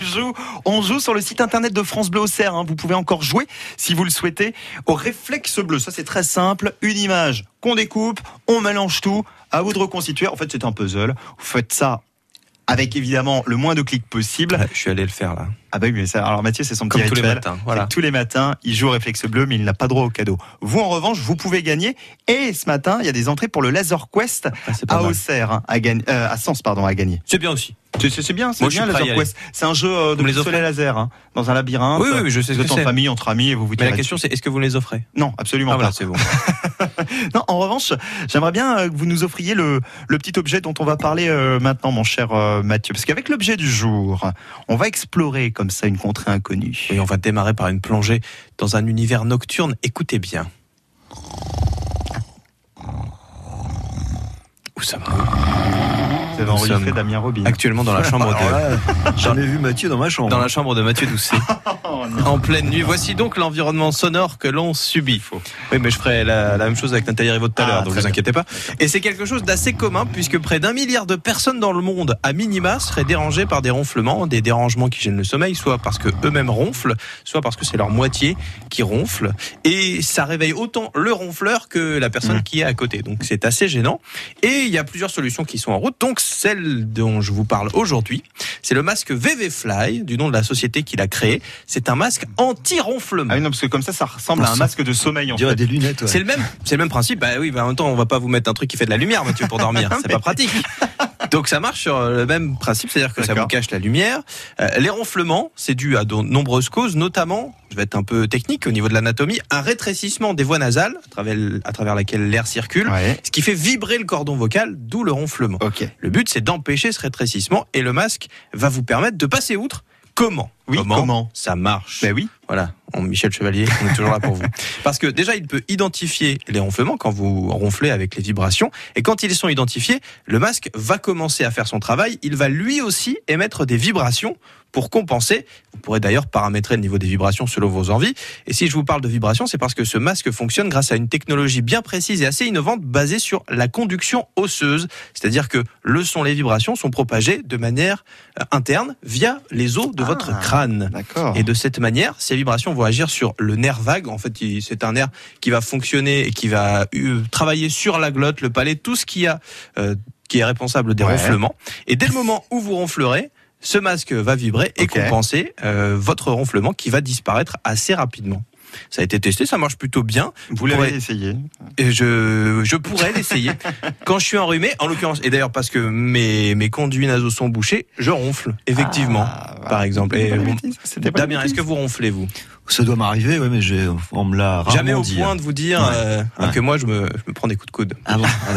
joue. On joue sur le site internet de France Bleu Auxerre. hein. Vous pouvez encore jouer, si vous le souhaitez, au réflexe bleu. Ça, c'est très simple. Une image qu'on découpe, on mélange tout. À vous de reconstituer. En fait, c'est un puzzle. Vous faites ça avec évidemment le moins de clics possible. Ouais, Je suis allé le faire là. Ah bah oui, mais ça, alors Mathieu, c'est son Comme petit tous les rituel. matins. C'est Voilà. que Tous les matins, il joue au réflexe bleu, mais il n'a pas droit au cadeau. Vous, en revanche, vous pouvez gagner. Et ce matin, il y a des entrées pour le Laser Quest Ah, c'est à mal. Auxerre, hein, à, gagner, euh, à Sens, pardon, à gagner. C'est bien aussi. C'est- C'est c'est bien, c'est Moi, je bien suis prêt à y Laser Quest. C'est un jeu euh, de Vous me les pistolet offrez laser, hein, dans un labyrinthe. Oui, oui, oui, je sais Vous ce que êtes en c'est. famille, entre amis, et vous vous Mais tirez la question dessus. c'est est-ce que vous les offrez Non, absolument Ah pas. voilà, c'est bon. Non, en revanche, j'aimerais bien euh, que vous nous offriez le, le petit objet dont on va parler euh, maintenant, mon cher euh, Mathieu. Parce qu'avec l'objet du jour, on va explorer comme ça une contrée inconnue. Et on va démarrer par une plongée dans un univers nocturne. Écoutez bien. Où ça va Vous avez enregistré sommes Damien Robin. Actuellement dans la chambre Alors de, là, jamais vu Mathieu dans ma chambre. dans la chambre de Mathieu Doucet. Oh, non. En pleine nuit, voici donc l'environnement sonore que l'on subit. Oui, mais je ferai la, la même chose avec Nathalie Rivaud tout à Ah, l'heure, donc très ne bien. vous inquiétez pas. Et c'est quelque chose d'assez commun, puisque près d'un milliard de personnes dans le monde, à minima, seraient dérangées par des ronflements, des dérangements qui gênent le sommeil, soit parce que eux-mêmes ronflent, soit parce que c'est leur moitié qui ronfle. Et ça réveille autant le ronfleur que la personne Mhm. qui est à côté. Donc c'est assez gênant. Et il y a plusieurs solutions qui sont en route. Donc celle dont je vous parle aujourd'hui, c'est le masque VV Fly, du nom de la société qui l'a créé. C'est un masque anti-ronflement. Ah oui, non, parce que comme ça, ça ressemble à un Pour masque de sommeil, en On dirait fait. des lunettes. ouais. C'est le même, c'est le même principe. Bah oui, bah en même temps, on va pas vous mettre un truc qui fait de la lumière, Mathieu, pour dormir. C'est pas pratique. Donc ça marche sur euh, le même principe, c'est-à-dire que ça D'accord. vous cache la lumière. Euh, les ronflements, c'est dû à de nombreuses causes, notamment, je vais être un peu technique au niveau de l'anatomie, un rétrécissement des voies nasales à travers, à travers laquelle l'air circule, Ouais. ce qui fait vibrer le cordon vocal, d'où le ronflement. Ok. Le but, c'est d'empêcher ce rétrécissement et le masque va vous permettre de passer outre. Comment Oui, comment ça marche Ben oui. voilà, on- Michel Chevalier, on est toujours là pour vous. Parce que déjà, il peut identifier les ronflements quand vous ronflez avec les vibrations. Et quand ils sont identifiés, le masque va commencer à faire son travail. Il va lui aussi émettre des vibrations pour compenser. Vous pourrez d'ailleurs paramétrer le niveau des vibrations selon vos envies. Et si je vous parle de vibrations, c'est parce que ce masque fonctionne grâce à une technologie bien précise et assez innovante basée sur la conduction osseuse. C'est-à-dire que le son, les vibrations sont propagées de manière euh, interne via les os de Ah. votre crâne. D'accord. Et de cette manière, ces vibrations vont agir sur le nerf vague. En fait, il- c'est un nerf qui va fonctionner et qui va euh, travailler sur la glotte, le palais, tout ce qui a euh, qui est responsable des Ouais. ronflements. Et dès le moment où vous ronflerez, ce masque va vibrer et Ok. compenser euh, votre ronflement qui va disparaître assez rapidement. Ça a été testé, ça marche plutôt bien. Vous l'avez pourrez- essayé. Et je, je pourrais l'essayer. Quand je suis enrhumé, en l'occurrence, et d'ailleurs parce que mes, mes conduits nasaux sont bouchés, je ronfle, effectivement, Ah, voilà. par exemple. C'était Et pas une bon, bêtise, c'était pas une Damien, est-ce que vous ronflez, vous Ça doit m'arriver, ouais, mais j'ai- on me l'a rarement Jamais au dit. point de vous dire Ouais. euh, Ouais. que moi je me, je me prends des coups de coude. Ah bon Ah, d'accord.